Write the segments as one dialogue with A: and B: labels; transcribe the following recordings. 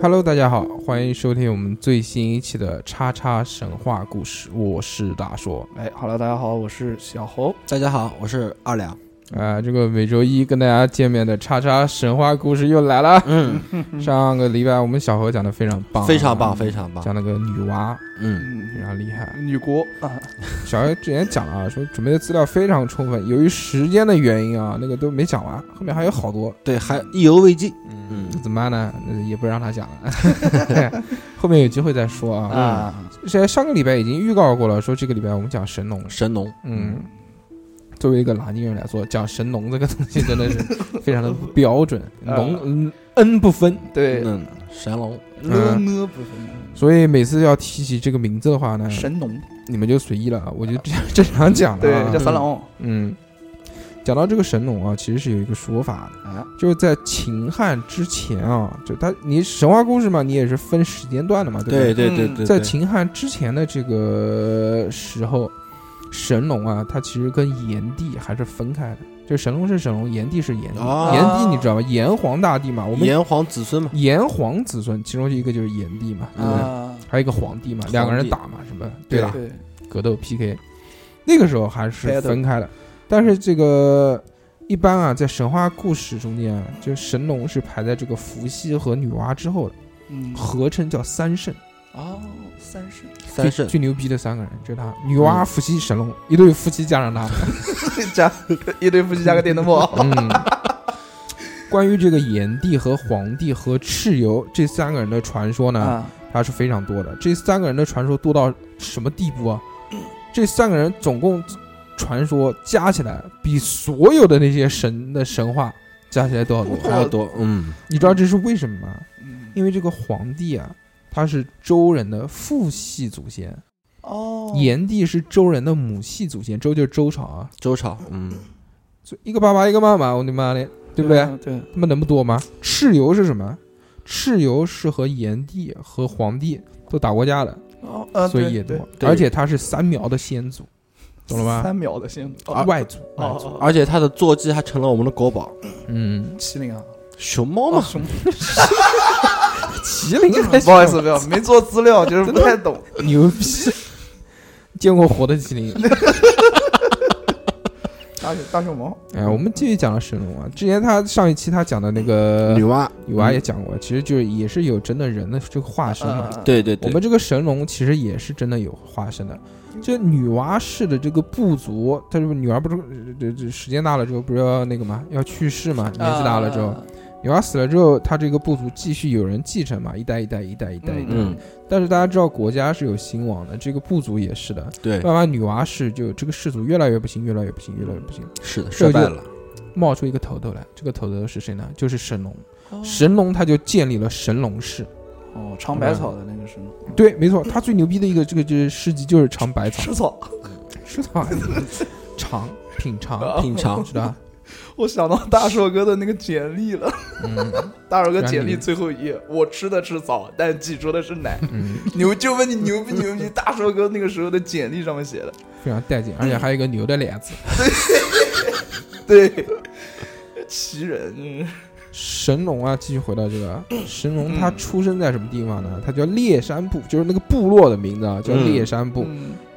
A: Hello，大家好，欢迎收听我们最新一期的《叉叉神话故事》，我是大硕。
B: 哎哈喽，大家好，我是小侯。
C: 大家好，我是二两。嗯
A: 啊、这个每周一跟大家见面的《叉叉神话故事》又来了。
C: 嗯，
A: 上个礼拜我们小何讲的非常棒，啊
C: 非常棒，嗯非常棒。
A: 讲了个女娃，
C: 嗯，
A: 非
B: 嗯，
A: 常厉害。
B: 女国啊，
A: 小何之前讲了啊，说准备的资料非常充分，由于时间的原因啊，那个都没讲完，后面还有好多。
C: 对，还意犹未尽。
A: 嗯，怎么办呢？那也不让他讲 了， 后面有机会再说啊。
B: 啊，
A: 现在上个礼拜已经预告过了，说这个礼拜我们讲神农。
C: 神农，
A: 嗯，作为一个南京人来说，讲神农这个东西真的是非常的不标 准，
B: 呃
A: 农嗯恩不分。
B: 对，
C: 嗯，神龙，
B: 呢呢不分
A: 所以每次要提起这个名字的话呢，
B: 神农，
A: 你们就随意了，我就这样正常讲
B: 对
A: 了、啊。
B: 叫三郎
A: 嗯，讲到这个神农啊，其实是有一个说法的，
B: 啊，
A: 就是在秦汉之前啊，就他你神话故事嘛，你也是分时间段的嘛，对不
C: 对对
B: 嗯
C: 对对，
A: 在
C: 对
A: 秦汉之前的这个时候，神农啊，它其实跟炎帝还是分开的。就神农是神农，炎帝是炎帝。
C: 啊
A: 炎帝你知道吧？炎黄大帝嘛，我们
C: 炎黄子孙嘛，
A: 炎黄子孙，其中一个就是炎帝嘛，对不对？
B: 啊，
A: 还有一个黄帝嘛，
C: 帝
A: 两个人打嘛，什么嗯对啊吧？
B: 对，
A: 格斗 PK，那个时候还是
B: Battle
A: 分开的。但是这个一般啊，在神话故事中间啊，就神农是排在这个伏羲和女娲之后的，
B: 嗯，
A: 合称叫三圣。
B: 哦，三世，
C: 三圣
A: 最最牛逼的三个人就是他，女娲、伏羲、神龙，一对夫妻加上他。
B: 加 一对夫妻加个电灯泡，
A: 嗯，关于这个炎帝和黄帝和蚩尤这三个人的传说呢，
B: 啊，
A: 它是非常多的。这三个人的传说多到什么地步啊？这三个人总共传说加起来，比所有的那些神的神话加起来都要多。
C: 还要多，嗯，
A: 你知道这是为什么吗？
B: 嗯
A: 因为这个黄帝啊，他是周人的父系祖先。
B: 哦，
A: 炎帝是周人的母系祖先，周就是周朝啊，
C: 周朝，嗯，
A: 所以一个爸爸一个妈妈，我的妈嘞，对不对？
B: 啊？对，
A: 他们能不多吗？蚩尤是什么？蚩尤是和炎帝和黄帝都打过架的，
B: 哦，呃，
A: 所以
B: 对
A: 也多
B: 对，
C: 对
A: 而且他是三苗的先祖，懂了吧？
B: 三秒的先祖，
A: 啊
B: 哦，
A: 外祖，
B: 哦
A: 外祖，啊
B: 哦，哦
C: 而且他的坐骑还成了我们的国宝，
A: 嗯，
B: 麒麟啊，
C: 熊猫
B: 哦
C: 嘛，
B: 熊，
A: 麒麟啊还
B: 不好意思，不要，没做资料，就是不太懂，
A: 牛逼， 见过活的麒 麟。
B: 大熊大熊猫，
A: 哎，我们继续讲了神龙啊，之前他上一期他讲的那个
C: 女娲，
A: 女娲也讲过，其实就是也是有真的人的这个化身嘛。
B: 啊，
C: 对对
A: 我
C: 对，
A: 们这个神龙其实也是真的有化身的，这女娲氏的这个部族，她这个女儿不是呃这这时间大了之后不是要那个嘛，要去世嘛，年纪大了之后，
B: 啊，
A: 女娲死了之后，她这个部族继续有人继承嘛，一代一代一代一代一代。
C: 嗯，
A: 但是大家知道国家是有兴亡的，这个部族也是的，
C: 对，
A: 慢慢女娲氏就这个氏族越来越不行，越来越不行，越来越不行，
C: 是的，
A: 这
C: 失
A: 就
C: 败了，
A: 冒出一个头头来，这个头头是谁呢？就是神龙，
B: 哦
A: 神龙他就建立了神龙氏。
B: 哦，尝百草的那个是吗
A: 对，没错，他最牛逼的一个这个就是事迹就是尝百草。
B: 吃草，
A: 吃草还是 尝品尝，
B: 啊
C: 品 尝
A: 是吧？
B: 我想到大硕哥的那个简历了。
A: 嗯
B: 大手哥简历最后一页，我吃的是草，但挤出的是奶。
A: 嗯，
B: 牛就问你牛不牛逼？大手哥那个时候的简历上面写的，
A: 非常
B: 嗯
A: 带劲，而且还有一个牛的脸子。
B: 对，奇人，嗯
A: 神农啊，继续回到这 个神农，他出生在什么地方呢？他叫烈山部，就是那个部落的名字
B: 嗯
A: 啊，叫烈山部。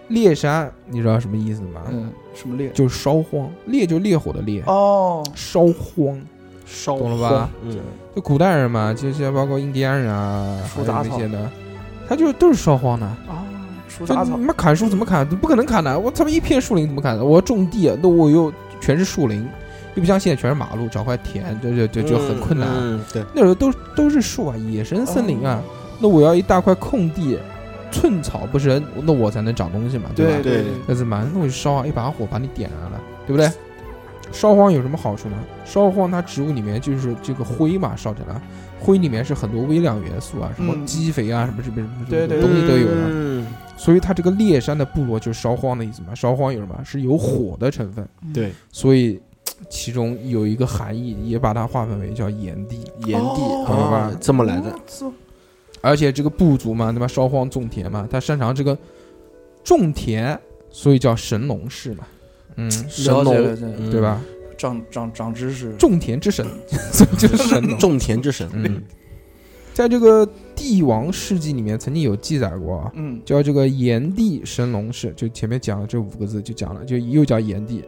A: 烈山，你知道什么意思吗？
B: 嗯，什么烈？
A: 就是烧荒，烈就烈火的烈，
B: 哦，
A: 烧荒。
C: 烧
A: 懂了吧
C: 荒？嗯，
A: 就古代人嘛，就像包括印第安人啊，还
B: 树
A: 有
B: 杂
A: 那
B: 草
A: 些的，他就都是烧荒的。
B: 啊，除
A: 这
B: 杂
A: 你
B: 草，
A: 妈砍树怎么砍？不可能砍的！我他妈一片树林怎么砍的？我要种地，啊那我又全是树林，又不像现在全是马路，找块田，这这这就很困难。
C: 嗯，对，
A: 那时候都都是树啊，野生森林啊，
B: 哦
A: 那我要一大块空地，寸草不生，那我才能长东西嘛，吧？
B: 对
C: 对
A: 那怎么办？那我就烧啊，一把火把你点燃了，对不对？烧荒有什么好处呢？烧荒它植物里面就是这个灰嘛，烧着了，灰里面是很多微量元素啊，什么
B: 嗯
A: 基肥啊，什么什么什么
B: 对
A: 什么
B: 对
A: 东西都有的。
C: 嗯，
A: 所以它这个烈山的部落就是烧荒的意思嘛，烧荒有什么？是有火的成分，
C: 对，
A: 所以嘖其中有一个含义，也把它划分为叫炎帝。
C: 炎帝
B: 哦
A: 懂了吧
C: 啊，这么来的，
B: 哦，
A: 而且这个部族嘛，他妈烧荒种田嘛，他擅长这个种田，所以叫神农氏嘛，嗯，
C: 神
B: 了解
C: 农
B: 了解，
C: 嗯
A: 对吧？
B: 长长长知识，
A: 种田之神， 所以就是 神农。
C: 嗯种田之神，
A: 嗯，在这个帝王事迹里面曾经有记载过啊，
B: 嗯，
A: 叫这个炎帝神农氏，就前面讲的这五个字就讲了，就又叫炎帝，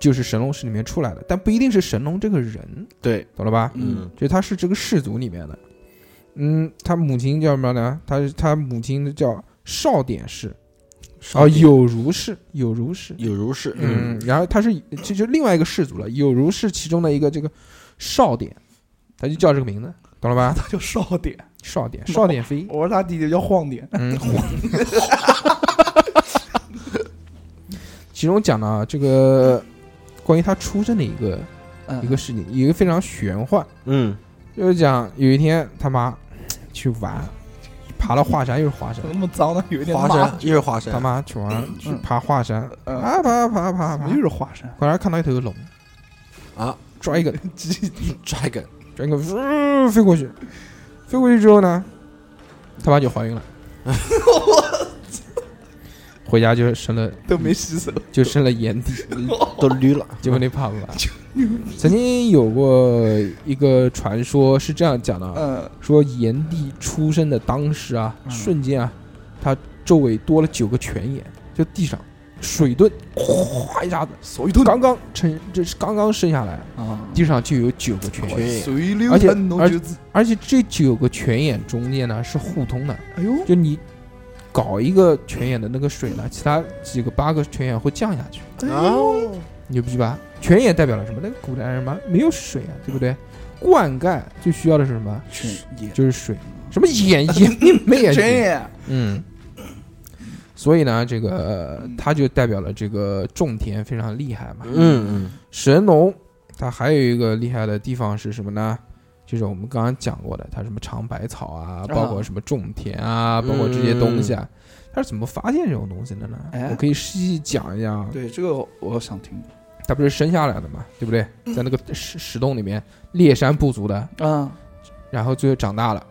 A: 就是神农氏里面出来的，但不一定是神农这个人，
C: 对，
A: 懂了吧？
C: 嗯
A: 就他是这个氏族里面的。嗯，他母亲叫什么呢？他他母亲叫少典氏，啊，有如氏，有如氏。
C: 有如是，
A: 嗯，然后他是这就另外一个氏族了，有如氏其中的一个这个少典，他就叫这个名字，懂了吧？
B: 他叫少典，
A: 少典，少典妃。
B: 我说他弟弟叫晃典，
A: 嗯， 其中讲了啊，这个关于他出生的一个
B: 嗯
A: 一个事情，一个非常玄幻，
C: 嗯
A: 就是讲有一天他妈去玩，爬了华山又是华山
B: 怎么，那么脏呢？有一点
C: 华
B: 麻
C: 山，又是华
A: 他
C: 山，
A: 妈去玩去
B: 嗯
A: 爬华山，
B: 嗯
A: 爬爬爬爬
B: 怎
A: 爬
B: 么，又是华山？
A: 忽然看到一头龙
C: 啊
A: 抓一个
C: ，dragon，
A: 抓一个呜飞过去，飞过去之后呢，他妈就怀孕 了，回家就生了
B: 都没洗手，
A: 就生了炎 帝，
C: 都绿了，
A: 结果那胖子啊。曾经有过一个传说是这样讲的啊，
B: 嗯，
A: 说炎帝出生的当时啊，
B: 嗯
A: 瞬间啊，他周围多了九个泉眼，就地上水遁，咵一下子，
B: 水遁
A: 刚刚生，这是刚刚生下来，
B: 啊，
A: 地上就有九个泉眼，
C: 全野
B: 水流
A: 而且
B: 奔龙
A: 而
B: 九子，
A: 而且这九个泉眼中间呢是互通的，
B: 哎呦，
A: 就你搞一个泉眼的那个水呢，其他几个八个泉眼会降下去。
B: 哎呦，
A: 啊
C: 哦，
A: 牛逼吧？泉眼代表了什么？那个古代人嘛，没有水啊，对不对？灌溉最需要的是什么？
B: 全野
A: 就是水。什么眼 眼你没眼
B: 全
A: 睛？
B: 野，
A: 嗯。所以呢，这个
B: 嗯
A: 它就代表了这个种田非常厉害嘛。
C: 嗯嗯，
A: 神农他还有一个厉害的地方是什么呢？就是我们刚刚讲过的，他什么尝百草啊，包括什么种田啊，包括这些东西啊，他是怎么发现这种东西的呢
B: 嗯哎？
A: 我可以细讲一下啊。
B: 对这个我想听
A: 他不是生下来的嘛，对不对？在那个石石洞里面，猎山部族的，
B: 啊
A: 然后最后长大了，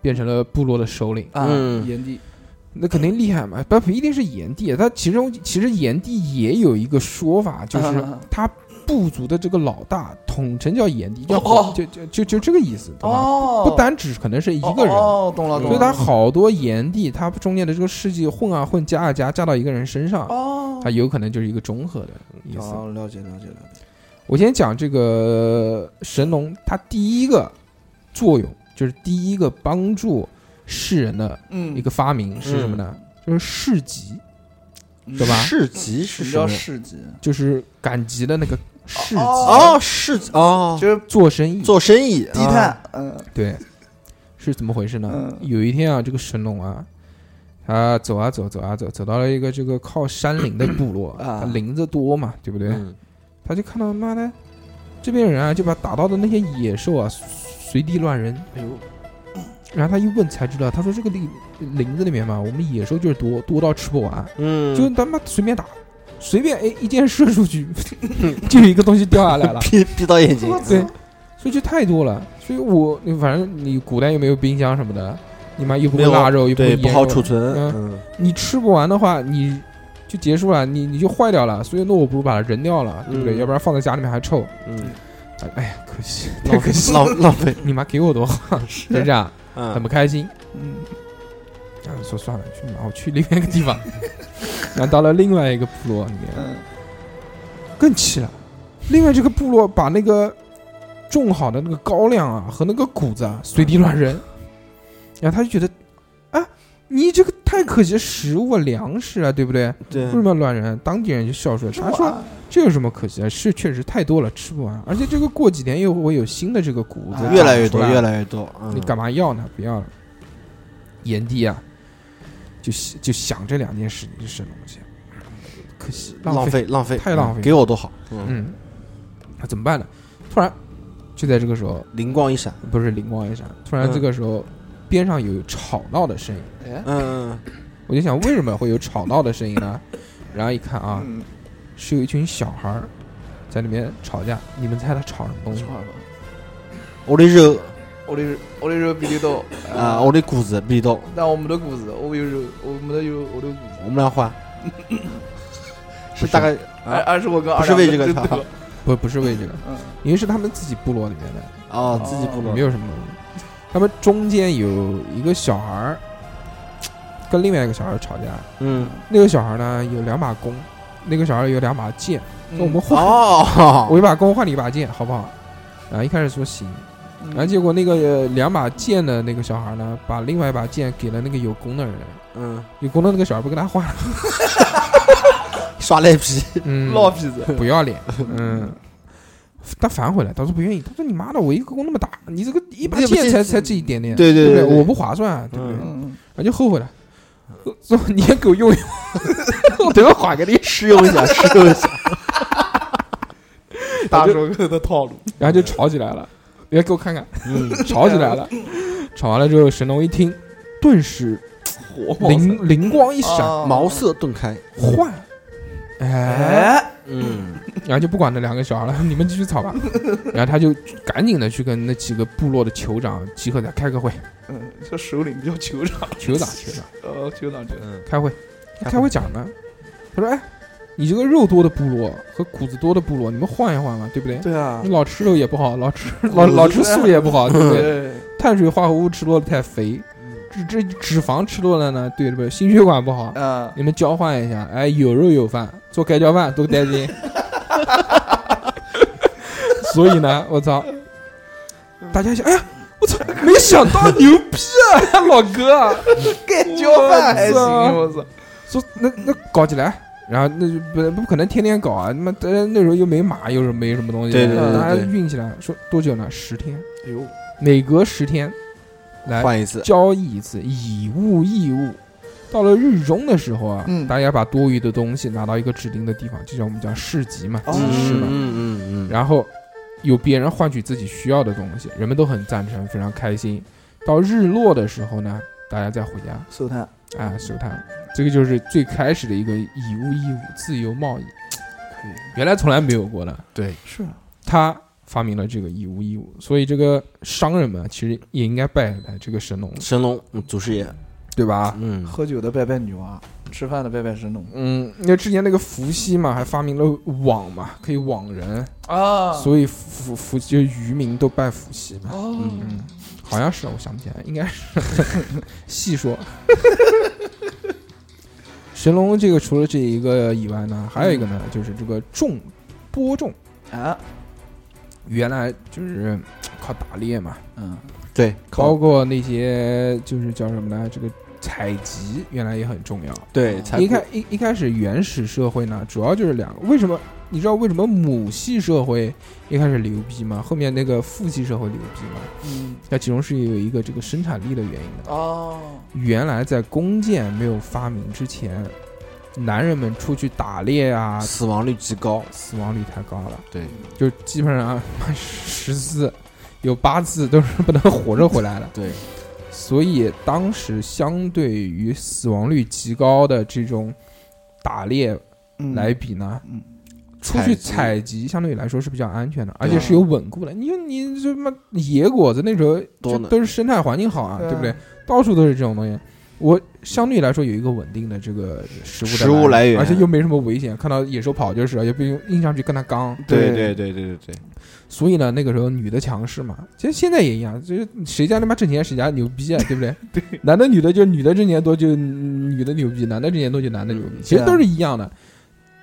A: 变成了部落的首领，
B: 啊，
C: 嗯
B: 炎帝，
A: 那肯定厉害嘛。不不一定是炎帝，啊他其中其实炎帝也有一个说法，就是
B: 啊
A: 他部族的这个老大统称叫炎帝，叫
B: 哦
A: 就就就就这个意思，懂吗？
B: 哦，
A: 不单只可能是一
B: 哦
A: 个人。
B: 哦，懂了，懂
A: 所
B: 了，
A: 以他好多炎帝，他中间的这个事迹混啊混，加啊加，加到一个人身上，
B: 哦
A: 他，有可能就是一个中和的意思。
B: 哦，了解了解了解，
A: 我先讲这个神农，他第一个作用就是第一个帮助世人的
B: 嗯
A: 一个发明是什么呢？就是市集，
B: 对
C: 嗯
A: 对吧
C: 市集是
B: 什么
C: 什么
B: 叫？市集？
A: 就是赶集的那个市集，
B: 嗯哦
C: 哦，市集哦，
B: 就是
A: 做生意。
C: 做生意，
B: 低
C: 啊
B: 碳，嗯
A: 对，是怎么回事呢？
B: 嗯
A: 有一天啊，这个神农啊，他走啊走，走啊走，走到了一个这个靠山林的部落，
B: 啊
A: 他林子多嘛，对不对？
C: 嗯
A: 他就看到妈的，这边人啊就把打到的那些野兽啊随地乱扔。
B: 哎呦，
A: 然后他一问才知道，他说这个林林子里面嘛，我们野兽就是多多到吃不完，
C: 嗯，。
A: 就他妈随便打，随便哎一箭射出去， 就有一个东西掉下来了
C: 闭闭到眼睛，嗯
A: 对，所以就太多了。所以我反正你古代又没有冰箱什么的，你妈又不会
C: 没有
A: 腊肉，又不会
C: 对，
A: 腌
C: 不
A: 肉
C: 好储存，
A: 嗯
C: 嗯，
A: 你吃不完的话，你就结束了，你你就坏掉了。所以那我不如把它扔掉了，对不对？
C: 嗯
A: 要不然放在家里面还臭。
C: 嗯，
A: 哎哎呀，可 惜，太
C: 浪
A: 可
C: 费
A: 惜，了。
C: 浪浪 费，
A: 你妈给我多好，就这样很
C: 嗯
A: 不开心。
B: 嗯
A: 然后说算了，去嘛，我去另外一个地方。 然后到了另外一个部落里面，
B: 嗯，
A: 更气了。另外这个部落把那个种好的那个高粱啊和那个谷子啊随地乱扔，然后他就觉得，啊，你这个太可惜食物啊、粮食啊，对不对？
C: 对
A: 为什么要乱扔？当地人就笑出来，他啊说这有什么可惜啊？是确实太多了，吃不完，而且这个过几天又会有新的这个谷子
B: 啊
C: 越来越多，
A: 长出
C: 越来越多，嗯
A: 你干嘛要呢？不要了。炎帝啊，就想就想这两件事情是什么东西，可惜
C: 浪
A: 费。
C: 费浪费
A: 太浪费
C: 嗯给我多好，嗯，
A: 嗯，那怎么办呢？突然，就在这个时候，
C: 灵光一闪，
A: 不是灵光一闪，突然
C: 嗯
A: 这个时候，边上有吵闹的声音，
B: 哎
C: 嗯，
A: 我就想为什么会有吵闹的声音 呢？然后一看啊，
B: 嗯，
A: 是有一群小孩儿在里面吵架，你们猜他吵什么东西
B: 错？了，
C: 我的肉
B: 我的我的肉比你多
C: 啊，我的谷子比你多，
B: 那我们的故事，我有肉，我们的有我的故事，
C: 我们俩换，
A: 不是
C: 大概
B: 二
C: 啊
B: 哎二十我跟
C: 不
B: 二
C: 是为这个
B: 吵
C: 吵，
A: 不不是为这个，
B: 嗯
A: 因为是他们自己部落里面的，
C: 哦，自己部落
A: 没有什么东西。他们中间有一个小孩儿跟另外一个小孩儿吵架，
C: 嗯，
A: 那个小孩儿呢有两把弓，那个小孩儿有两把剑，
B: 嗯
C: 嗯
A: 说 我们换，
C: 哦，
A: 我一把弓换你一把剑，好不好？啊，一开始说行，
B: 嗯
A: 然后结果那个呃两把剑的那个小孩儿呢，把另外一把剑给了那个有弓的人，
C: 嗯，
A: 有弓的那个小孩儿不跟他换了，
C: 耍赖皮，
A: 嗯，
B: 老痞子，
A: 不要脸，嗯。他反悔了，他说不愿意，他说你妈的，我一个弓那么大，你这个一把
C: 你这不
A: 剑
C: 是
A: 才才这一点点，
C: 对对
A: 对不
C: 对对
A: 我不划算啊，对不对？
B: 嗯，
A: 啊，就后悔了，呃说你也给我用用， 我等会还给你。
C: 试用一下，试用一下，
B: 大手哥的套路，
A: 然后就吵起来了，嗯你来给我看看，
C: 嗯，
A: 吵起来了。 吵完了之后，神龙一听，顿时
B: 火冒三
A: 灵灵光一闪，
B: 啊
C: 茅塞顿开，
A: 换，哎，
B: 哎，
C: 嗯，
A: 然后就不管那两个小孩了，你们继续 吵吧。然后他就赶紧的去跟那几个部落的酋长集合，在开个会，
B: 嗯，这首领叫酋长，
A: 酋长酋长
B: 呃，酋长，酋长，
C: 嗯
A: 开会，
C: 开会
A: 开会讲呢，他说，哎，你这个肉多的部落和骨子多的部落，你们换一换嘛，对不对？
B: 对啊
A: 你，老吃肉也不好，老吃老老吃素也不好，对不对？
B: 对，
A: 碳水化合物吃多了太肥，脂脂脂肪吃多了呢，对不对？心血管不好。
B: 啊，
A: 你们交换一下，哎，有肉有饭，做盖浇饭多带劲。 所以呢，我操，大家想，哎呀，我操，没想到牛逼啊，老哥，
B: 盖浇饭还行，我操，
A: 说那那搞起来。然后那就不不可能天天搞啊！他妈呃那时候又没马，又是没什么东西，
C: 对对对
A: 大家
C: 对
A: 运起来说多久呢？十天，
B: 哎呦，
A: 每隔十天来
C: 换一次，
A: 交易一次，以物易物。到了日中的时候啊，
B: 嗯
A: 大家把多余的东西拿到一个指定的地方，就像我们讲市集嘛，
B: 哦
A: 集市嘛，
C: 嗯嗯嗯，
A: 然后由别人换取自己需要的东西，人们都很赞成，非常开心。到日落的时候呢，大家再回家
B: 收摊，
A: 啊收摊，这个就是最开始的一个以物易物、自由贸易，
B: 可以，
A: 原来从来没有过的。
C: 对，
B: 是啊，
A: 他发明了这个以物易物，所以这个商人们其实也应该拜一拜这个神农，
C: 神龙嗯祖师爷，
A: 对吧？
C: 嗯，
B: 喝酒的拜拜女娲，吃饭的拜拜神农
A: 嗯，那之前那个伏羲嘛，还发明了网嘛，可以网人，
B: 啊
A: 所以伏伏就渔民都拜伏羲嘛。
B: 哦
A: 嗯，好像是，我想不起来，应该 是。细说， 神龙这个除了这一个以外呢，还有一个呢，就是这个种播种，
B: 啊，
A: 原来就是靠打猎嘛，
B: 嗯，
C: 对，
A: 包
C: 靠，
A: 括那些就是叫什么呢？这个采集原来也很重要。
C: 对，采
A: 一
C: 购
A: 开一一开始原始社会呢，主要就是两个。为什么你知道为什么母系社会一开始牛逼吗？后面那个父系社会牛逼吗？
B: 嗯，
A: 那其中是有一个这个生产力的原因的。
B: 哦，
A: 原来在弓箭没有发明之前，男人们出去打猎啊，
C: 死亡率极高，
A: 死亡率太高了，
C: 对，
A: 就基本上十次有八次都是不能活着回来的。
C: 对，
A: 所以当时相对于死亡率极高的这种打猎
B: 嗯
A: 来比呢，
B: 嗯
A: 出去
C: 集
A: 采集相对来说是比较安全的，而
C: 对啊
A: 且是有稳固的。你你这妈野果子那时候
C: 多
A: 就
C: 呢
A: 都是生态环境好啊，
B: 对啊
A: 对不对？到处都是这种东西。我相对来说有一个稳定的这个食物的
C: 食物来源
A: 而且又没什么危险。看到野兽跑就是，也不用硬上去跟它刚。
C: 对对对对对对，
A: 所以呢，那个时候女的强势嘛，其实现在也一样，就是谁家他妈挣钱谁家牛逼啊，对 不对？对，男的女的就女的挣钱多就嗯女的牛逼，男的挣钱多就男的牛逼，其实
B: 对啊
A: 都是一样的。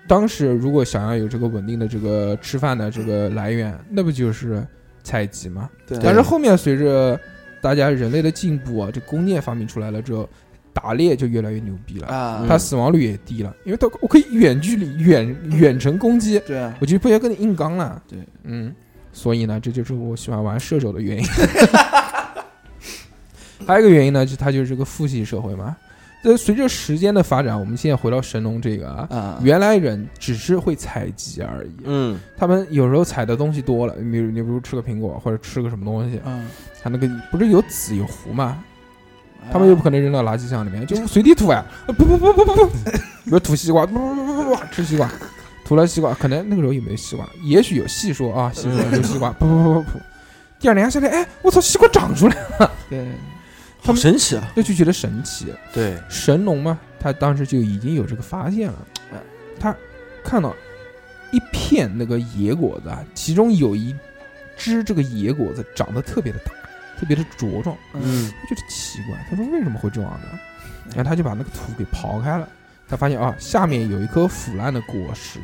A: 当时如果想要有这个稳定的这个吃饭的这个来源，那不就是采集吗？
B: 对，
A: 但是后面随着大家人类的进步啊，这弓箭发明出来了之后，打猎就越来越牛逼了，
B: 啊，
A: 它死亡率也低了，因为它我可以远距离远远程攻击，
B: 对啊，
A: 我就不要跟你硬刚了。
B: 对，
A: 嗯，所以呢，这就是我喜欢玩射手的原因。 还有一个原因呢，就它就是个父系社会嘛。这随着时间的发展，我们现在回到神农这个啊，
B: 啊，
A: 原来人只是会采集而已，
C: 嗯，
A: 他们有时候采的东西多了，你你比如吃个苹果或者吃个什么东西，
B: 嗯，
A: 它那个不是有籽有核嘛，他们又不可能扔到垃圾箱里面，就随地吐啊！呃不不不不不不，比如吐西瓜，不不不不不不，吃西瓜，吐了西瓜，可能那个时候有没有西瓜？也许有细说啊，细说有西瓜，不不不不不。第二年下来，哎，我操，西瓜长出来了，
B: 对，
A: 他
C: 好
A: 们
C: 神奇啊，
A: 那就觉得神奇。
C: 对，
A: 神农嘛，他当时就已经有这个发现了
B: 哎，
A: 他看到一片那个野果子，啊，其中有一只这个野果子长得特别的大，特别的茁壮，
C: 嗯
A: 他觉得奇怪，他说为什么会这样呢？然后他就把那个土给刨开了，他发现啊，下面有一颗腐烂的果实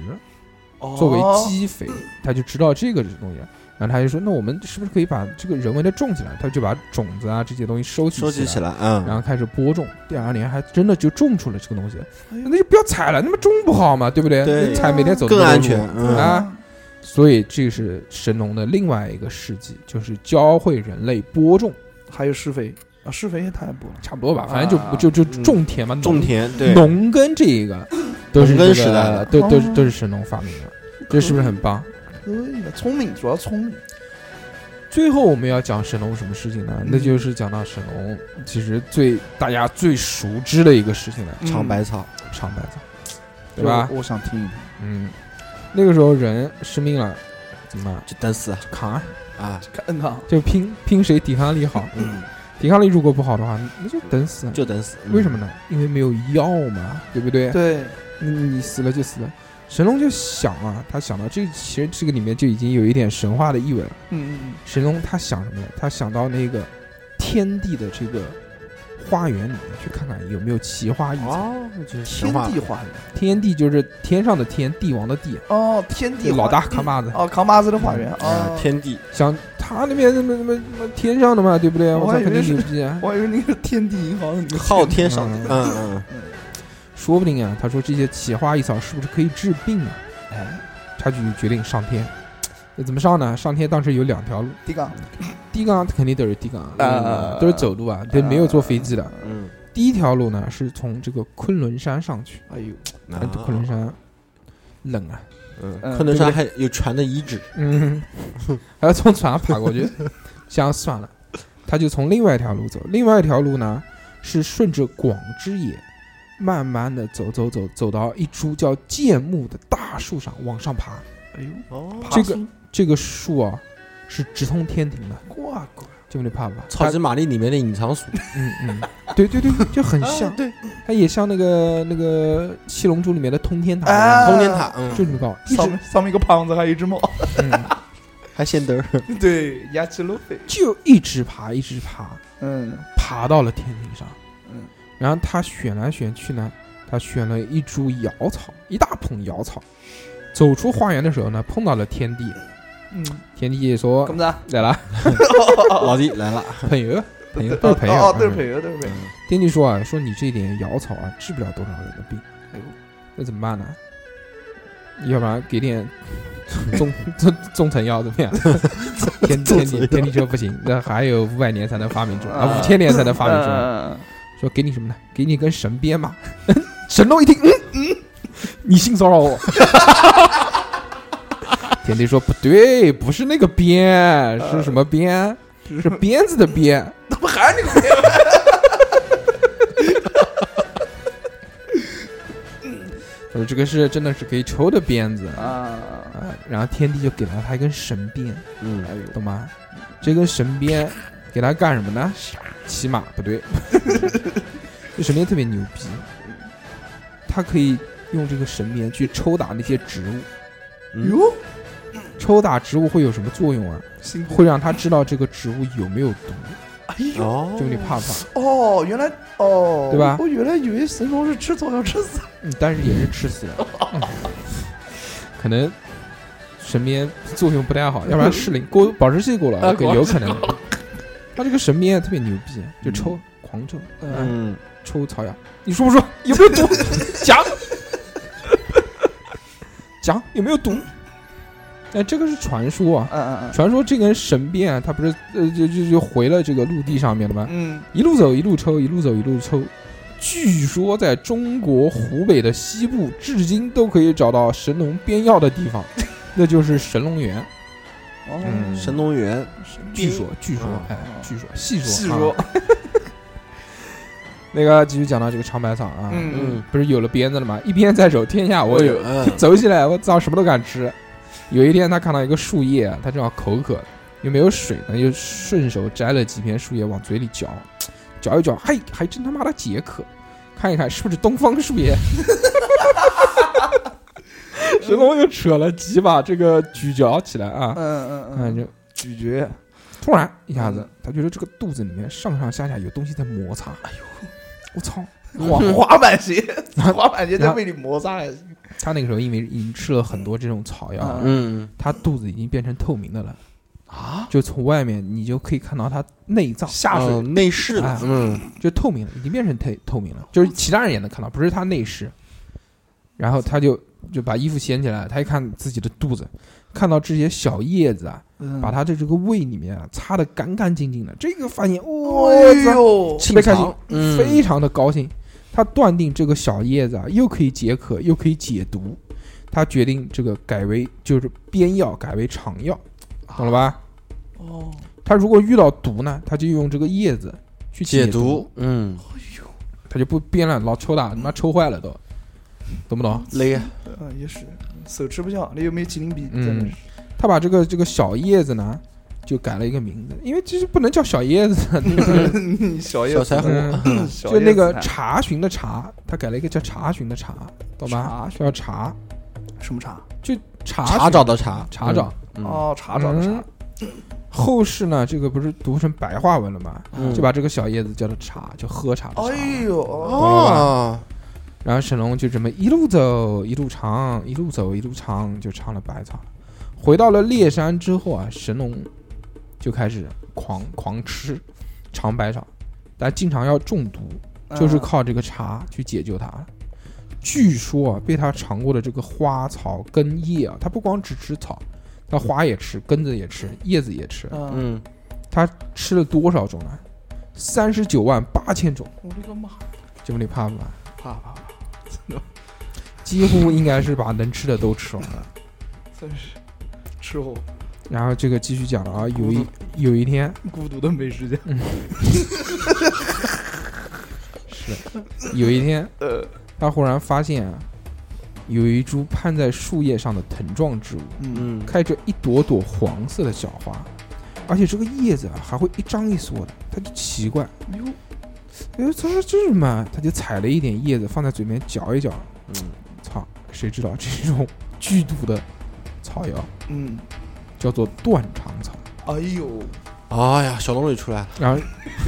B: 哦
C: 哦
A: 作为
B: 鸡，
A: 基肥，他就知道这个东西。然后他就说，那我们是不是可以把这个人为的种起来？他就把种子啊这些东西收集
C: 收集起
A: 来，
C: 来，嗯，
A: 然后开始播种。第二年还真的就种出了这个东西，那就不要采了，那么种不好嘛，对不对？
C: 哎对
A: 你采每天走
C: 更
A: 那么多
C: 安
A: 路
C: 全，嗯
A: 啊，所以这是神农的另外一个事迹，就是教会人类播种，
B: 还有施肥啊，施肥也太补了，
A: 差不多吧，反正就就就就种田嘛，农
C: 啊嗯种田对，
A: 农耕这一个都是
C: 农耕
A: 这个
C: 时代的
A: 都都
B: 哦
A: 是都是神农发明的，这是不是很棒？
B: 可以的？聪明，主要聪明，
A: 最后我们要讲神农什么事情呢？
B: 嗯
A: 那就是讲到神农，其实最大家最熟知的一个事情
B: 嗯
A: 呢，
C: 尝百草，
A: 尝百草，对吧？
B: 我想听一听，
A: 嗯，那个时候人生病了，怎么办？
C: 就等死啊
A: 扛啊，
C: 啊，
B: 看嗯看，
A: 就拼拼谁抵抗力好。
C: 嗯，
A: 抵抗力如果不好的话，那就等死啊。
C: 就等死，嗯
A: 为什么？呢？因为没有药嘛，对不对？
B: 对，
A: 你你死了就死了。神农就想啊，他想到这其实这个里面就已经有一点神话的意味了。
B: 嗯
A: 神农他想什么呢？他想到那个天地的这个花园里面去看看有没有奇花异草。
C: 哦，就是神
B: 天
C: 话
B: 地花园，
A: 天地就是天上的天，帝王的帝，
B: 哦，天地
A: 老大
B: 扛
A: 扛把子。
B: 哦，扛把子的花园
C: 啊
B: 哦，，，
C: 天地
A: 想他那边什么什么什么天上的嘛，对不对？我
B: 我
A: 操，
B: 还以
A: 肯
B: 为
A: 定
B: 是
A: 牛逼啊！
B: 我还以为那个天地银行，
C: 昊天上帝，
A: 嗯
C: 嗯嗯，
A: 说不定啊，他说这些奇花异草是不是可以治病啊？
B: 哎，
A: 他就决定上天。那怎么上呢？上天当时有两条路，
B: 地杠，
A: 第一个啊肯定都是第一个啊，
B: 呃
A: 都是走路啊，对，没有坐飞机的。
C: 嗯，
A: 第一条路呢是从这个昆仑山上去，
B: 哎呦，
C: 那
A: 但昆仑山冷啊，
C: 啊嗯，
B: 嗯
C: 昆仑山还有船的遗址，
A: 嗯，还要从船上爬 过去，想想算了，他就从另外一条路走。另外一条路呢是顺着广之野，慢慢的走走走，走到一株叫剑木的大树上往上爬。
B: 哎呦，
C: 哦
B: 爬
A: 这个
B: 树
A: 这个树啊是直通天庭的，
B: 挂挂，
A: 就你怕不怕？
C: 超级玛丽里面的隐藏鼠，
A: 嗯嗯，对对对，就很像
B: 啊，对，
A: 它也像那个那个《七龙珠》里面的通天塔一
B: 啊
A: 样，
C: 通天塔，嗯，
A: 就这么高，一
B: 上
A: 直
B: 面上面一个胖子，还有一只 猫，
A: 嗯
C: 还仙德，
B: 对，牙齿路飞，
A: 就一直爬，一直爬，
B: 嗯
A: 爬到了天庭上。
B: 嗯，
A: 然后他选来选去呢，他选了一株瑶草，一大捧瑶草。走出花园的时候呢，碰到了天帝，
B: 嗯，
A: 天帝说
B: 怎么的？：“
A: 来了，
C: 哦老弟来了，
A: 朋 友，朋友，
B: 哦
A: 都是朋友，
B: 哦，对，
A: 朋
B: 朋
A: 友。
B: 友，对，朋友，
A: 天帝说啊，说你这点瑶草啊，治不了多少人的病。
B: 哎呦，
A: 那怎么办呢？要不然给点 中中 中成药怎么样？天天地天地车不行，那还有五百年才能发明出来，啊，
B: 啊
A: 五千年才能发明出来。
B: 嗯
A: 说给你什么呢？给你根神鞭嘛。 神龙一听，嗯嗯，你性骚扰我。 天帝说不对，不是那个鞭，是什么鞭？是鞭子的鞭。
B: 怎么还是你？
A: 他说这个是真的是可以抽的鞭子啊。
B: 啊，
A: 然后天帝就给了他一根神鞭。
C: 嗯，
B: 哎呦，
A: 懂吗？这根神鞭给他干什么呢？骑马不对， 这神鞭特别牛逼，它可以用这个神鞭去抽打那些植物。
C: 嗯
B: 哟，
A: 抽打植物会有什么作用啊？
B: 辛苦，
A: 会让他知道这个植物有没有毒，
B: 哎呦，
C: 哦，
A: 就你怕不怕？
B: 哦，原来哦，
A: 对吧
B: 我原来以为神农是吃草要吃死，
A: 嗯，但是也是吃死 的，嗯可能神鞭作用不太好，要不然适龄过保质期过了，
B: 啊
A: 可有可能。他这个神鞭特别牛逼，啊就抽，狂抽，嗯
C: 嗯，
A: 抽草药，你说不说？有没有毒？ 讲，讲有没有毒？哎，这个是传说啊，
B: 嗯
A: 传说这根神鞭啊，它不是呃就就就回了这个陆地上面了吗？
B: 嗯
A: 一路走一路抽，一路走一路抽。据说在中国湖北的西部，至今都可以找到神农编药的地 方，那就是神农园。
B: 嗯，哦，
C: 神农园，
A: 据说，据说
C: 啊，
A: 哎，据说，细说，
B: 细
A: 啊
B: 说，
A: 那个继续讲到这个长百草啊，
B: 嗯哎
C: 嗯，
A: 不是有了鞭子了吗？一鞭在手，天下我有。
C: 嗯，
A: 走起来，我操，什么都敢吃。有一天，他看到一个树叶，他正好口渴，又没有水呢，就顺手摘了几片树叶往嘴里嚼，嚼一嚼，嘿，还真他妈的
B: 嗯
A: 解渴。看一看是不是东方树叶？神龙又扯了几把这个咀嚼起来啊，
B: 嗯
A: 嗯，就
B: 咀嚼，嗯
A: 突然一下子，他觉得这个肚子里面上上下下有东西在摩擦，哎呦，我操！
B: 滑
A: 晃，
B: 滑板鞋，滑板鞋
A: 然
B: 在
A: 后
B: 胃里摩擦还行，
A: 他那个时候因为已经吃了很多这种草药，啊
B: 嗯
C: 嗯
A: 他肚子已经变成透明的了，
B: 啊，
A: 就从外面你就可以看到他内脏
B: 下水
C: 哦内饰
A: 哎
C: 的，嗯，
A: 就透明了，已经变成透透明了，就是其他人也能看到，不是他内饰。然后他就就把衣服掀起来，他一看自己的肚子，看到这些小叶子啊，
B: 嗯
A: 把他的这个胃里面啊擦得干干净净的，这个发现，我
B: 哎
A: 操，
B: 呦，
A: 特别开心
C: 清肠，嗯
A: 非常的高兴。他断定这个小叶子啊，又可以解渴，又可以解毒。他决定这个改为就是边药改为常药，懂了吧？
B: 哦，
A: 他如果遇到毒呢，他就用这个叶子去
C: 解
A: 毒，
C: 毒，嗯，
A: 他就不编了，老抽打他妈抽坏了都，懂不懂？
C: 勒啊，
B: 嗯，也是手吃不消，你有没有麒麟臂？
A: 嗯
B: 真的是，
A: 他把这个这个小叶子呢，就改了一个名字，因为其实不能叫小叶子，就是
B: 小叶
C: 小柴胡，
A: 嗯
B: 小
A: 就那个
B: 叶子菜
A: 查询的查，他改了一个叫查询的查，懂吧？叫查，
B: 什么茶？
A: 就查
C: 查
A: 询
C: 找的查，
A: 查找。
C: 嗯，嗯，
B: 哦，茶找的茶
A: 嗯，后世呢，这个不是读成白话文了吗？
C: 嗯
A: 哦就把这个小叶子叫做茶，叫喝茶的茶。
B: 哎呦，哦
C: 哦，
A: 然后沈龙就这么一路走一路唱，一路走一路唱，就唱了百草了。回到了烈山之后啊，神龙就开始狂狂吃尝百草，但经常要中毒，
B: 嗯
A: 就是靠这个茶去解救他了。据说啊，被他尝过的这个花草根叶啊，他不光只吃草，他花也吃，根子也吃，叶子也吃，
B: 嗯，
C: 嗯，
A: 他吃了多少种呢？三十九万八千种，
B: 我的个妈，
A: 这么你怕不怕？
B: 怕怕怕，
A: 几乎应该是把能吃的都吃完了。
B: 真是吃货，
A: 然后这个继续讲了啊，有一有一天
B: 孤独的美食家，
A: 是有一天，
B: 呃，
A: 他忽然发现啊，有一株攀在树叶上的藤状植物，
B: 嗯
C: 嗯，
A: 开着一朵朵黄色的小花，而且这个叶子啊还会一张一缩的，他就奇怪，
B: 哟，
A: 哎呦，他说这是什么？他就采了一点叶子放在嘴边嚼一嚼，
C: 嗯，
A: 操，谁知道这是一种剧毒的草药，
B: 嗯，
A: 叫做断肠草。
B: 哎呦，
C: 哎呀，小龙女出来了，
A: 然后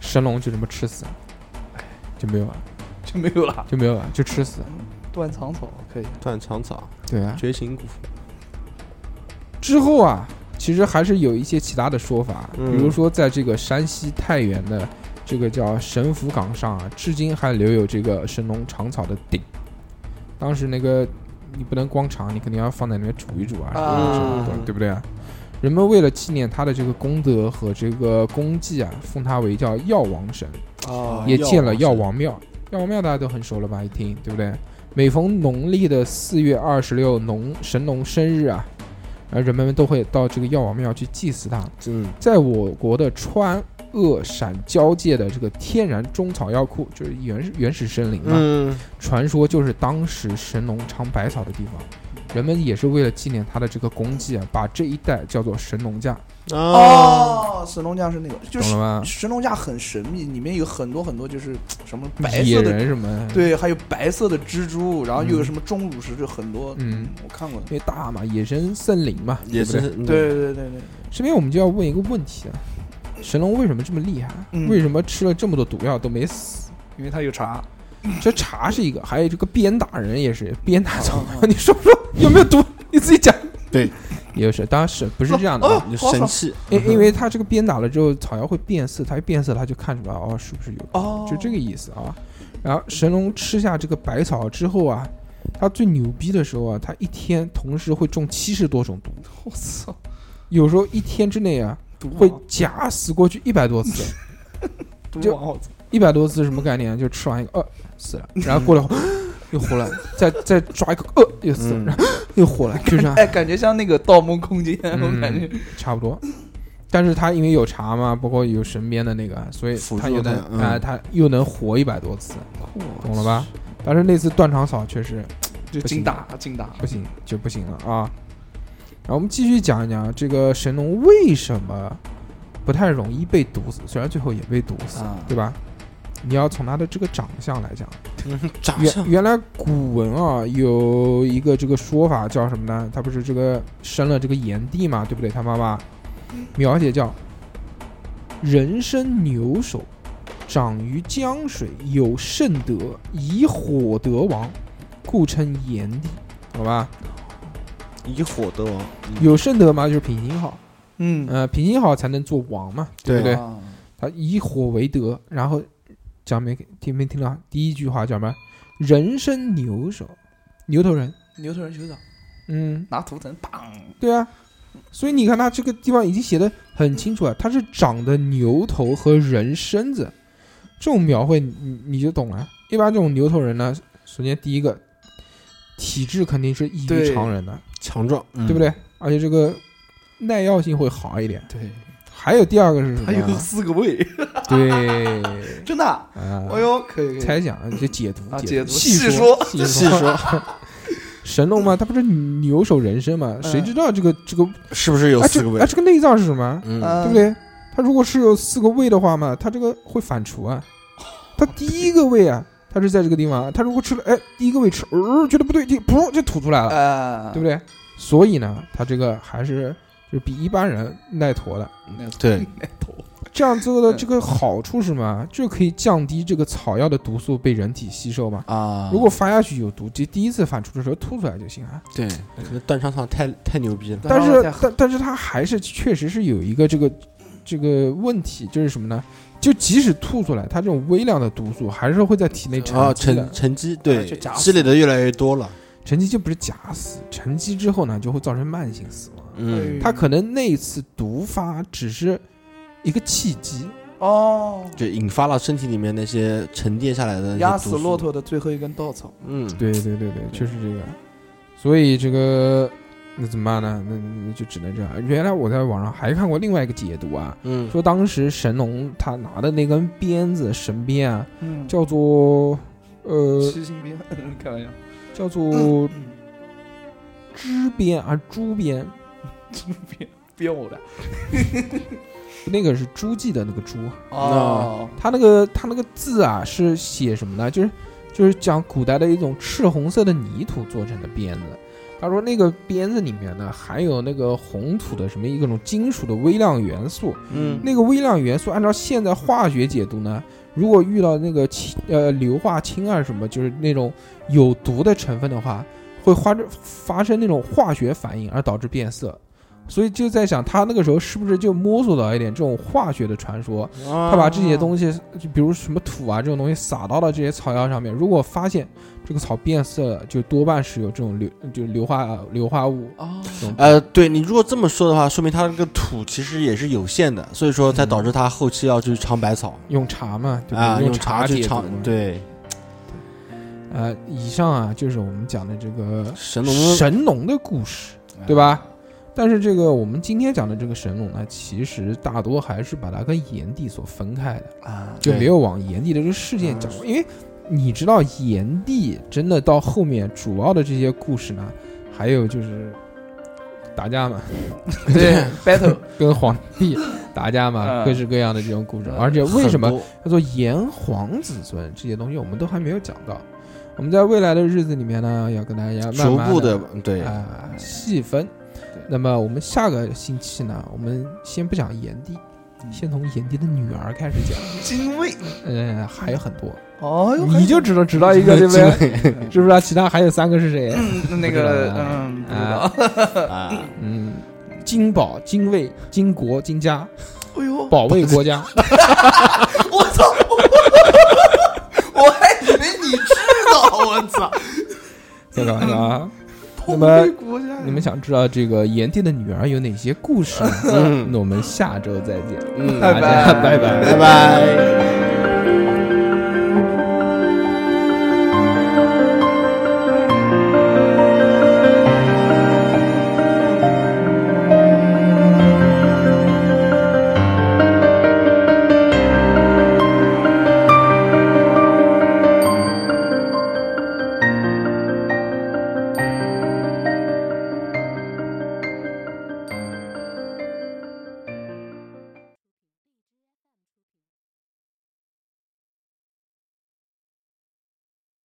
A: 神龙就这么吃死了，哎就没有了，
B: 就没有了，
A: 就没有了，就吃死了。
B: 断肠草可以，
C: 断肠草，
A: 对啊，
C: 绝情谷，
A: 之后啊，其实还是有一些其他的说法，比
C: 嗯
A: 如说在这个山西太原的这个叫神府岗上啊，至今还留有这个神农尝草的鼎。当时那个你不能光尝，你肯定要放在里面煮一煮啊，
B: 啊
A: 什么的对不对啊？人们为了纪念他的这个功德和这个功绩啊，奉他为叫药王神。
C: 哦
A: 也建啊了药，王庙。药王庙大家都很熟了吧？一听对不对？每逢农历的四月二十六农神农生日啊，然后人们都会到这个药王庙去祭祀他。
C: 嗯，
A: 在我国的川鄂陕交界的这个天然中草药库，就是原始原始森林嘛，
C: 嗯，
A: 传说就是当时神农尝百草的地方。人们也是为了纪念他的这个功绩啊，把这一带叫做神农架，
C: 哦，
B: 哦，神农架是那个，就
A: 懂了
B: 是
A: 吗？
B: 神农架很神秘，里面有很多很多就是什么白
A: 野
B: 色的，
A: 人什么？，
B: 对，还有白色的蜘蛛，然后又有
A: 嗯
B: 什么钟乳石，就很多，
A: 嗯，
B: 我看过的，
A: 因为大嘛，野生森林嘛，对
C: 也
A: 不对
C: 是，嗯，
B: 对对对对，
A: 这边我们就要问一个问题啊：神龙为什么这么厉害？啊
B: 嗯
A: 为什么吃了这么多毒药都没死？
B: 因为它有茶，
A: 这茶是一个，还有这个鞭打人也是 鞭打草
B: 啊啊
A: 药，你说不说有没有毒？你自己讲。
C: 对，
A: 也是，当然是不是这样的
B: 哦
A: 啊？
C: 你就神器，
A: 因、因为他这个鞭打了之后，草药会变色，它一变色，它就看出来哦，是不是有毒，
B: 哦，
A: 就这个意思啊。然后神龙吃下这个百草之后啊，他最牛逼的时候啊，他一天同时会中七十多种毒，
B: 我操，
A: 有时候一天之内啊
B: 毒
A: 会
B: 王
A: 假死过去一百多次。
B: 毒
A: 就
B: 王，我操，
A: 一百多次是什么概念？ 就吃完一个呃死了，然后过了会儿 又活了，再再抓一个呃又死了，
C: 嗯
A: 然后 又活 了，就这样
B: 哎，感觉像那个《盗梦空间》，我
A: 啊嗯
B: 感觉，
A: 差不多。但是他因为有茶嘛，包括有神鞭的那个，所以
C: 辅助
A: 他又能
C: 的嗯哦
A: 啊、他又能活一百多次，懂了吧？但是那次断肠草确实
B: 就
A: 不行
B: 精打精打，
A: 不行，就不行了啊。然后我们继续讲一讲这个神龙为什么不太容易被毒死，虽然最后也被毒死，
B: 啊
A: 对吧？你要从他的这个长相来讲，
C: 嗯长
A: 原
C: 相
A: 原来古文啊有一个这个说法叫什么呢？他不是这个生了这个炎帝嘛，对不对？他妈妈描写叫“人生牛首，长于江水，有圣德，以火得王，故称炎帝”，好吧？
C: 以火得王，嗯
A: 有圣德嘛，就是品行好，
B: 嗯，
A: 呃，品行好才能做王嘛，对不对？
B: 啊
A: 他以火为德，然后讲没听没听到第一句话叫什么？人生牛首，牛头人，
B: 牛头人酋长
A: 嗯，
B: 拿图腾，砰，
A: 对啊，所以你看他这个地方已经写的很清楚了，他是长的牛头和人身子，这种描绘你你就懂了。一般这种牛头人呢，首先第一个体质肯定是异于
B: 对
A: 常人的，
C: 强壮，
A: 对不对？而且这个耐药性会好一点。
B: 对，
A: 还有第二个是什么
B: 还有
A: 呢？
B: 四个胃，
A: 对，
B: 真的啊，
A: 啊，
B: 哎呦，可以，可以，
A: 猜想就解读
B: 啊解
A: 解
B: 读
A: 细
B: 细
A: 说
B: 说
A: 细
C: 细说
A: 神龙嘛，他不是牛首人身嘛？谁知道这个这个
C: 是不是有
A: 啊
C: 四
A: 这
C: 个
A: 啊
C: 位？
A: 这个内脏是什么？
C: 嗯，
A: 对不？
B: 对
A: 对？它如果是有四个胃的话嘛，它这个会反刍啊。它第一个胃啊，它是在这个地方啊，它如果吃了，哎，第一个胃吃，呃，觉得不对劲，噗就吐出来了，
B: 啊，
A: 对不对？所以呢，它这个还是就是比一般人耐驮的。
B: 那个
C: 对，
B: 那头，
A: 这样做的这个好处是什么？啊就可以降低这个草药的毒素被人体吸收嘛。
C: 啊
A: 如果发下去有毒，就第一次反刍的时候吐出来就行啊。
C: 对，可能断肠草太太牛逼了，
A: 但
B: 然后
A: 是
B: 再喝
A: 但但是它还是确实是有一个这个这个问题，就是什么呢？就即使吐出来，它这种微量的毒素还是会在体内
C: 啊，
A: 沉积的
C: 沉，沉积
B: 啊
C: 对
B: 就假死
C: 积累的越来越多了，
A: 沉积就不是假死，沉积之后呢就会造成慢性死亡。
C: 嗯，
A: 它可能那一次毒发只是一个契机，
B: 哦，
C: 就引发了身体里面那些沉淀下来的那些
B: 压
C: 毒
B: 死
C: 素
B: 骆，驼的最后一根稻草，
C: 嗯，
A: 对对对对，确实这个。所以这个那怎么办呢？那那就只能这样。原来我在网上还看过另外一个解读啊，
C: 嗯，
A: 说当时神农他拿的那根鞭子神鞭啊，
B: 嗯，
A: 叫做呃，
B: 七星鞭，开玩笑，
A: 叫做
B: 嗯
A: 支鞭啊，猪鞭，
B: 猪鞭鞭我的，
A: 那个是诸暨的那个猪。
B: 哦，
A: 它那个它那个字啊，是写什么呢？就是就是讲古代的一种赤红色的泥土做成的鞭子。他说那个鞭子里面呢，含有那个红土的什么一种金属的微量元素。
C: 嗯
A: 那个微量元素，按照现在化学解读呢，如果遇到那个氢呃硫化氢啊什么，就是那种有毒的成分的话，会发生发生那种化学反应而导致变色。所以就在想，他那个时候是不是就摸索到一点这种化学的传说？他
C: 他
A: 把这些东西，就比如什么土啊这种东西撒到了这些草药上面，如果发现这个草变色了，就多半是有这种硫就硫化硫化物
B: 哦，
A: 这种。
C: 呃，对你如果这么说的话，说明它那个土其实也是有限的，所以说才导致它后期要去尝百草
A: 用茶嘛，对吧？
C: 啊，用
A: 茶
C: 去
A: 解毒
C: 尝
A: 嘛。
C: 对
A: 呃，以上啊就是我们讲的这个
C: 神农
A: 神农的故事，对吧？但是这个我们今天讲的这个神农呢，其实大多还是把它跟炎帝所分开的，
B: 啊，
A: 就
C: 对
A: 没有往炎帝的这个事件讲。因为你知道，炎帝真的到后面主要的这些故事呢，还有就是打架嘛，
B: 对，battle，
A: 跟皇帝打架嘛，
B: 嗯
A: 各式各样的这种故事。
B: 嗯
A: 而且为什么
C: 很多
A: 叫做炎黄子孙这些东西，我们都还没有讲到。我们在未来的日子里面呢，要跟大家慢
C: 逐
A: 慢
C: 步
A: 地
C: 的对
A: 啊细分。那么我们下个星期呢，我们先不讲炎帝，
C: 嗯
A: 先从炎帝的女儿开始讲。
B: 精卫，
A: 嗯，还有很多，
C: 哎
B: 哦哟，
A: 你就只能知道一
C: 嗯
A: 个，对不对？是不是啊？其他还有三个是谁？啊
B: 那
A: 不知
B: 个
A: 道啊
B: 嗯，不知
A: 啊
B: 道，
C: 啊，
A: 嗯，金宝、金卫、金国、金家，
B: 哎呦，
A: 保卫国 家。
B: 我操！我还以为你知道，我操！
A: 再搞一个啊！那
B: 我
A: 么
B: 们国家，
A: 你们想知道这个炎帝的女儿有哪些故事呢？
C: 嗯
A: 那我们下周再见。
C: 嗯
A: 大
B: 拜
A: 家拜拜
C: 拜拜。